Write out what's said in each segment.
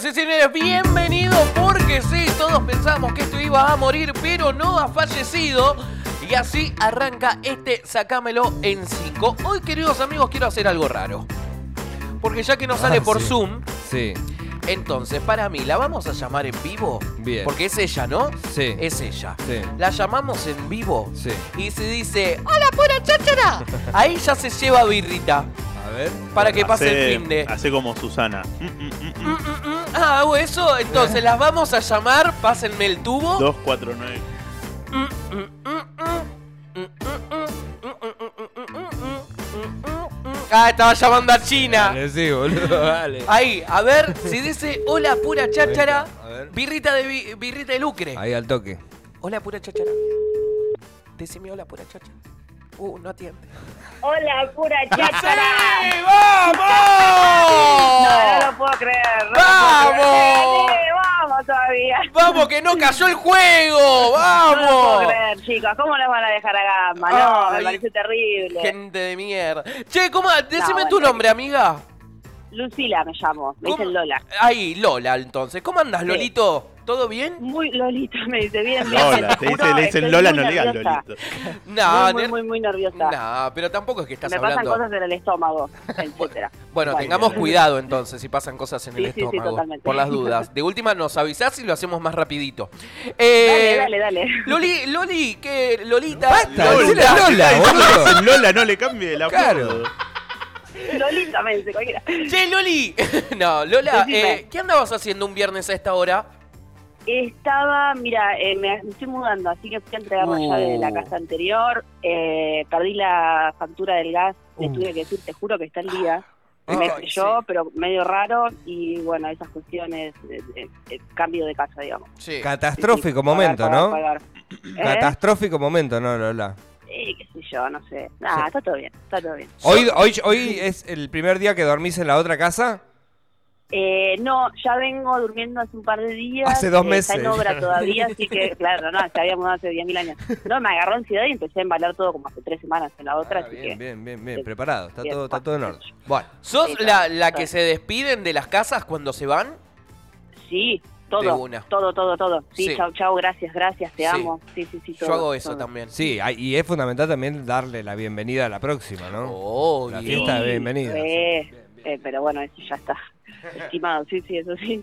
señores y señores, bienvenidos porque sí, todos pensamos que esto iba a morir, pero no ha fallecido. Y así arranca este Sacámelo en 5. Hoy, queridos amigos, quiero hacer algo raro. Porque ya que no sale Ah, por sí. Zoom, Sí, entonces para mí la vamos a llamar en vivo. Bien. Porque es ella, ¿no? sí. Es ella. Sí. La llamamos en vivo. Sí. Y se dice, ¡Hola, pura cháchara! Ahí ya se lleva birrita A ver. para que pase Hace- el fin de... Hace como Susana. Mm, mm, mm, mm. Mm, mm, mm. Ah, hago eso. Entonces las vamos a llamar. Pásenme el tubo. 249. Mm, mm, mm, mm. Mm, mm, mm. Mm, mm, mm, mm, mm, mm, mm. Ah, estaba llamando a China. Dale, sí, boludo, dale. Ahí, a ver, si dice hola pura cháchara, A ver. birrita de, bi- birrita de lucre. Ahí al toque. Hola pura cháchara. Decime hola pura cháchara. Uh, no atiende. Hola, pura cháchara. No, no ¡Vamos! lo puedo creer. no lo ¡Vamos! puedo creer. Sí, ¡Vamos todavía! ¡Vamos, que no cayó el juego! No lo puedo ¡Vamos! creer, chicos. ¿Cómo los van a dejar a gamba? No, Ay. me parece terrible. Gente de mierda. Che, ¿cómo? Decime bueno, tu nombre, amiga. Lucila me llamó, me ¿Cómo- dicen Lola. Ahí, Lola, entonces. ¿Cómo andas, Lolito? ¿Todo bien? Muy Lolita me dice, bien, bien. Lola, te dice, juro, le dicen estoy Lola, muy no le digas Ah, nerviosa. Lolito. No, Muy, muy, muy, muy nerviosa. no, pero tampoco es que estás me pasan hablando. cosas en el estómago, etcétera. Bueno, tengamos cuidado entonces si pasan cosas en Sí, el sí, sí, estómago. totalmente. por las dudas. De última nos avisás y lo hacemos más rapidito. Eh, Dale, dale, dale. Loli, Loli, que Lolita. Basta, Lolita. decile Lola, Le boludo. dicen Lola, no le cambie el Claro. apodo. Lolita me dice cualquiera. Che, Loli. no, Lola, Decime. eh, ¿qué andabas haciendo un viernes a esta hora? Estaba, mira, eh, me, me estoy mudando, así que fui a entregar la Uh. llave de Oh. la casa anterior. eh, perdí la factura del gas, le Uh. Ah. tuve que decir, te juro que está el día. me Ay, cayó, sí. pero medio raro. Y bueno, esas cuestiones, eh, eh, eh, cambio de casa, digamos. Sí. Sí, Catastrófico sí, pagar, momento, pagar, ¿no? pagar. ¿Eh? Catastrófico momento, ¿no, Lola? Sí, qué sé yo, no sé. Sí. Ah, está todo bien, está todo bien. Hoy, hoy, hoy es el primer día que dormís en la otra casa. Eh, no, ya vengo durmiendo hace un par de días. Hace dos eh, Está en meses. obra todavía, así que, claro, no, se había mudado hace 10.000 años. No, me agarró ansiedad y empecé a embalar todo como hace tres semanas en la otra, Ah, así bien, que... bien, bien, bien. Preparado. Está bien, todo, está todo en bueno. orden. Bueno, ¿sos Sí, la, claro, la claro. que se despiden de las casas cuando se van? Sí, De todo, una. todo, todo, todo. Sí, Sí. chau, chau, gracias, gracias, te Sí. amo. Sí, sí, sí, todo. Yo hago eso todo. también. ah, Sí, hay- y es fundamental también darle la bienvenida a la próxima, ¿no? Oh, La bien. fiesta de bienvenida. Eh, eh, pero bueno, eso ya está. Estimado, sí, sí, eso sí.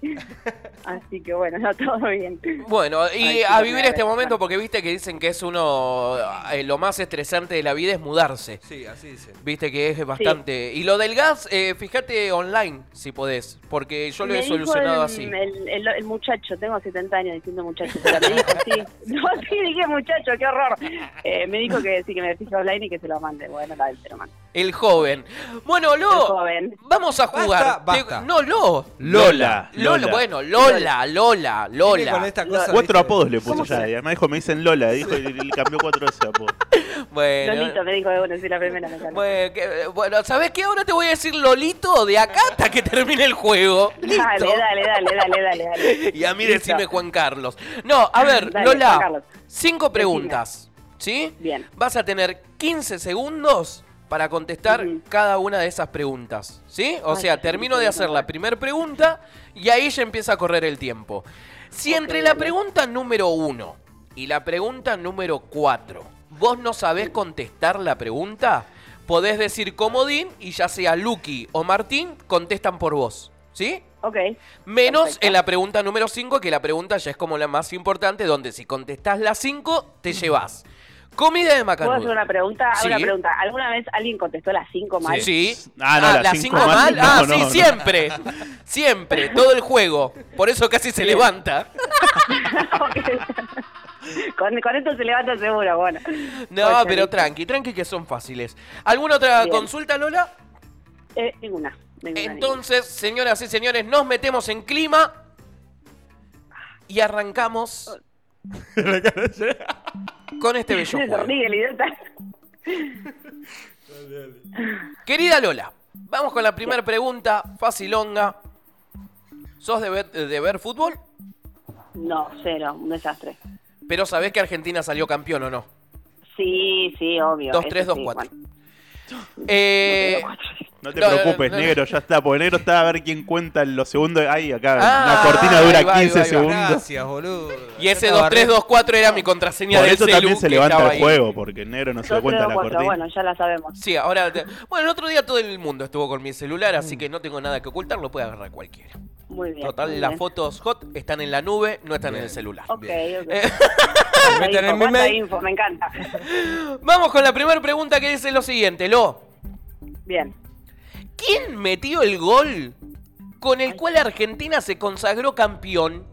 Así que bueno, no, todo bien. Bueno, y Ay, sí, a me vivir da este vergüenza. momento porque viste que dicen que es uno eh, lo más estresante de la vida es mudarse. Sí, así dice. Viste que es bastante. Y lo del gas, eh, fíjate online si podés, porque yo lo Me he dijo solucionado el, así. El, el- el muchacho, tengo 70 años diciendo muchacho, pero me dijo sí. No, sí, dije muchacho, qué horror. Eh, me dijo que sí, que me fijo online y que se lo mande. Bueno, la se lo mande. El joven. Bueno, El Lo, joven. vamos a jugar. Basta, Te- basta. No, Lo. Lola. Lola, bueno, Lola, Lola, Con Lola. esta cosa, Cuatro ¿viste? apodos le puso ¿Cómo ya. se- y Además dijo, me dicen Lola. Dijo y le cambió cuatro de ese apodo. Lolito Bueno. me dijo de bueno, sí, la primera me salió. Bueno, que- bueno, ¿sabés qué? Ahora te voy a decir Lolito de acá hasta que termine el juego. Dale, Listo. dale, dale, dale, dale, dale. Y a mí Listo. decime Juan Carlos. No, a ver, Dale, Juan Lola, Carlos. cinco preguntas. ¿Sí? Bien. Vas a tener 15 segundos para contestar Ujú. cada una de esas preguntas. ¿Sí? O Ay, sea, qué termino lindo, de qué hacer lindo. la primera pregunta y ahí ya empieza a correr el tiempo. Si Ok, entre la dale. pregunta número uno y la pregunta número cuatro, vos no sabés contestar la pregunta, podés decir comodín y ya sea Lucky o Martín contestan por vos. ¿Sí? Ok. Menos Perfecto. en la pregunta número 5, que la pregunta ya es como la más importante, donde si contestás la 5, te llevas comida de ¿Puedo hacer macanudo. una pregunta? Sí. Una pregunta. ¿Alguna vez alguien contestó las 5 mal? Sí. Ah, no, la las cinco cinco mal, no, ah, no, sí, no. siempre. Siempre, todo el juego. Por eso casi se levanta. Ok. con, con esto se levanta seguro, bueno. No, Oye, pero listo. tranqui, tranqui que son fáciles. ¿Alguna otra Bien. consulta, Lola? Eh, ninguna. ninguna, ninguna. Entonces, señoras y señores, nos metemos en clima y arrancamos con este bello Se juego. ríe el idiota. Querida Lola, vamos con la primera pregunta, facilonga. Sos de ver, de ver fútbol, No, cero, un desastre. pero sabés que Argentina salió campeón o no. Sí, sí, obvio. Dos, eso tres, dos, sí, cuatro. bueno, Eh, dos, cuatro. No te No, no, preocupes, no, no. negro, ya está. Porque negro está a ver quién cuenta en los segundos. Ay, acá. Ah, la cortina ahí dura va, ahí 15 va, ahí va. segundos. Gracias, boludo. Y ese Yo la barré. 2324 era mi contraseña Por del eso celu también se que levanta estaba el ahí. juego, porque el negro no se da Dos, tres, cuenta de la cuatro, cortina. bueno, ya la sabemos. Sí, ahora. te- Bueno, el otro día todo el mundo estuvo con mi celular, así que no tengo nada que ocultar, lo puede agarrar cualquiera. Muy bien. muy Total, las bien. fotos hot están en la nube, no están en el celular. Ok, ok. Eh, Basta metan en info, mi basta mail. info, me encanta. Vamos con la primera pregunta que dice lo siguiente, Lo. Bien. ¿Quién metió el gol con el cual Argentina se consagró campeón?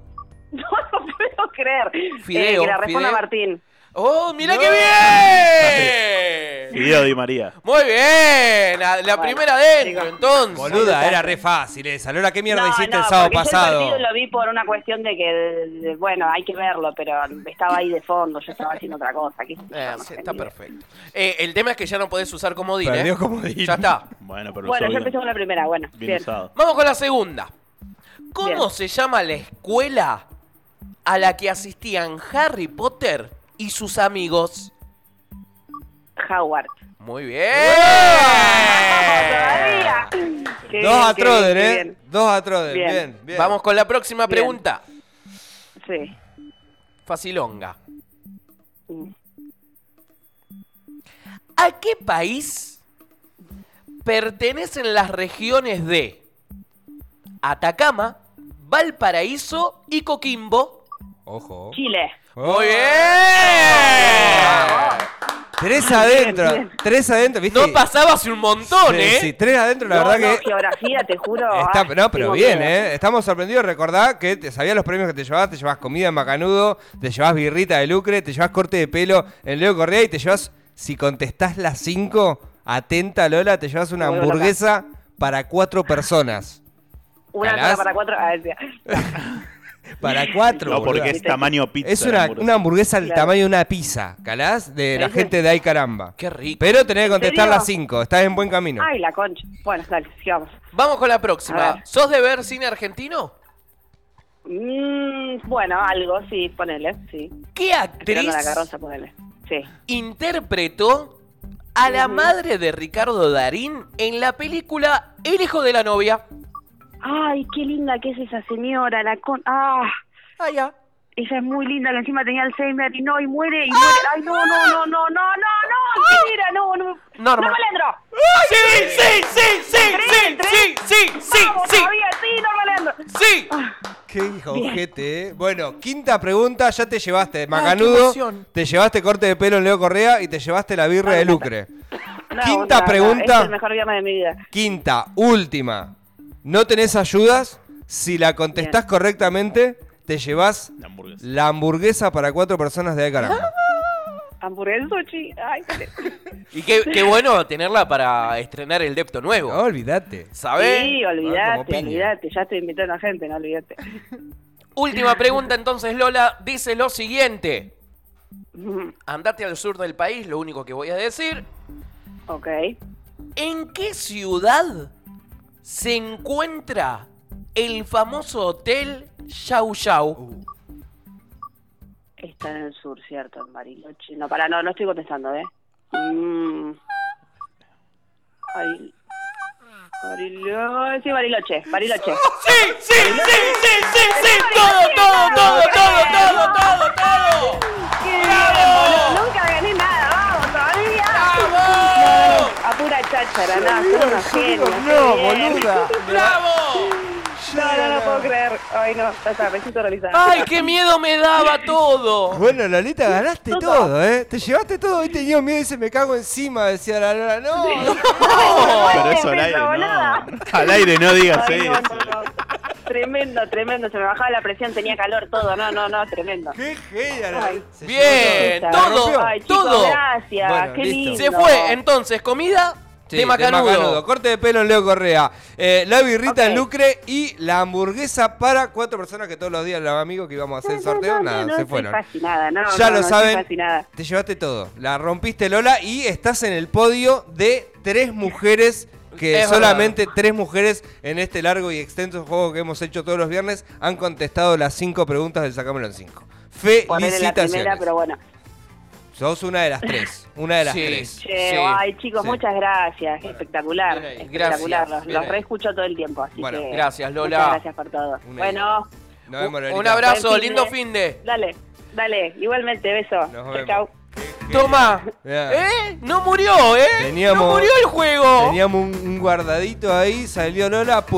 No lo puedo creer. Eh, Fideo, que la responda fideo. Martín. ¡Oh, mirá No. qué bien! Video Di María. Muy bien, la, la Bueno, primera adentro, digo. entonces. Boluda, era re fácil esa. Lola, ¿qué mierda no, hiciste no, el sábado porque yo pasado? El partido lo vi por una cuestión de que, de- bueno, hay que verlo, pero estaba ahí de fondo, yo estaba haciendo otra cosa. qué sé yo, Eh, no sí, sé, está ni- perfecto. Eh, el tema es que ya no podés usar comodín, ¿eh? Perdió comodín. Ya está. Bueno, pero Bueno, usó bien. yo empecé con la primera, bueno. Bien bien. usado. Vamos con la segunda. ¿Cómo Bien. se llama la escuela a la que asistían Harry Potter y sus amigos? Howard. Muy bien. Eh. ¡Todavía! Qué bien, Dos a qué bien, Troder, qué ¿eh? bien. Dos a Troder. Bien. Bien. bien, Vamos con la próxima Bien. pregunta. Sí. Facilonga. Mm. ¿A qué país pertenecen las regiones de Atacama, Valparaíso y Coquimbo? Ojo. Chile. Muy bien. Tres adentro. bien. Tres adentro, ¿viste? No pasaba hace un montón, Sí, ¿eh? sí, tres adentro, la No, verdad no, que. geografía, te juro. Está, ah, no, pero tengo bien, miedo. ¿eh? Estamos sorprendidos. Recordá que te, sabías los premios que te llevabas. Te llevas comida en Macanudo, te llevas birrita de lucre, te llevas corte de pelo en Leo Correa y te llevas, si contestás las cinco, atenta Lola, te llevas una Me vuelvo loca. hamburguesa para cuatro personas. Una ¿Calás? sola para cuatro. ah, a ver, tía. Para cuatro. No, porque boluda. es tamaño pizza. Es la una, una hamburguesa del Claro. tamaño de una pizza, ¿calás? De la Ese- gente de Ay Caramba. Qué rico. Pero tenés que ¿En contestar serio? las cinco, estás en buen camino. Ay, la concha. Bueno, dale, sigamos. Vamos con la A próxima. ver. ¿Sos de ver cine argentino? Mm, bueno, algo, sí, ponele, sí. ¿Qué actriz Tirando la carroza, ponele. Sí. interpretó a la Ujú. madre de Ricardo Darín en la película El hijo de la novia? Ay, qué linda que es esa señora, la con... Ah, Ah, ya. ella es muy linda, la encima tenía Alzheimer y no, y muere, y muere. Ay, no, no, no, no, no, no, Ah. no, ¿qué era? No, no. Norma. Norma Leandro. Sí, sí, sí, sí, sí, Tres, tres. sí, sí, sí, Vamos, sí, todavía, sí, Norma Leandro. sí. Qué hijo Bien. ojete, eh. Bueno, quinta pregunta, ya te llevaste qué Macanudo, emoción. te llevaste corte de pelo en Leo Correa y te llevaste la birra de lucre. No, Quinta no, no, pregunta. Es el mejor viernes de mi vida. Quinta, última. ¿No tenés ayudas? Si la contestás Bien. correctamente, te llevas La hamburguesa. la hamburguesa para cuatro personas de Ay Caramba. Ah. Hamburguesa, sushi. Ay, Y qué, qué bueno tenerla para estrenar el depto No, nuevo. olvídate. ¿Sabés? sí, Ah, como olvídate, piña. olvídate. Ya estoy invitando a gente, no olvídate. Última pregunta entonces, Lola. Dice lo siguiente. Andate al sur del país, lo único que voy a decir. Ok. ¿En qué ciudad se encuentra el famoso hotel Yau Yau? Está en el sur, ¿cierto? En Bariloche. No, para, no, no estoy contestando, ¿eh? Mm. Ay. Bariloche. Sí, Bariloche. Bariloche. ¡Sí, sí, sí, sí, sí, sí! ¡Todo, todo, todo, todo, todo, todo, todo! ¡Qué ¡Bravo! boludo! Nunca gané nada, vamos, todavía. ¡Vamos! No, no, a pura cháchara, Ah, no, son unos genios. No, qué bien. boluda. ¡Bravo! No, no, no puedo creer. Ay, no, ya está, me siento realizada. ¡Ay, qué miedo me daba todo! Bueno, Lolita, ganaste Todo. todo, ¿eh? Te llevaste todo y tenía miedo y se me cago encima, decía la Lola. No, no. Pero eso al Tremendo, aire boluda. no. Al aire no digas Ay, eso. no, no, no. Tremendo, tremendo. Se me bajaba la presión, tenía calor, todo. No, no, no, tremendo. ¡Qué Ay. genial! Se Bien, llevó todo, ¿Rompió? Ay, chicos, todo. Gracias, Bueno, qué listo. lindo. Se fue entonces comida Sí, de macanudo. Corte de pelo en Leo Correa. Eh, la birrita Ok. en lucre y la hamburguesa para cuatro personas que todos los días los amigos que íbamos a hacer el sorteo. Nada, se estoy fueron. fascinada, no, ya no, lo no, estoy saben. fascinada. Te llevaste todo. La rompiste Lola y estás en el podio de tres mujeres. Que Es solamente tres mujeres en este largo y extenso juego que hemos hecho todos los viernes han contestado las cinco preguntas del Sacámelo en cinco. Ponerle la Felicitaciones. primera, pero bueno. Sos una de las tres. Una de las Sí. tres. Che, Sí, ay, chicos, sí. muchas gracias. Espectacular. Bien ahí. espectacular. Gracias, Los, bien los ahí. reescucho todo el tiempo. Así Bueno, que gracias, Lola. Muchas gracias por todo. Una bueno, Nos vemos, Un- Lolita. un abrazo, Buen fin lindo de- fin de. dale, dale. Igualmente, beso. Nos vemos. Chau. Toma. Mirá. ¿Eh? No murió, ¿eh? Teníamos- no murió el juego. Teníamos un, un guardadito ahí, salió Lola, pum.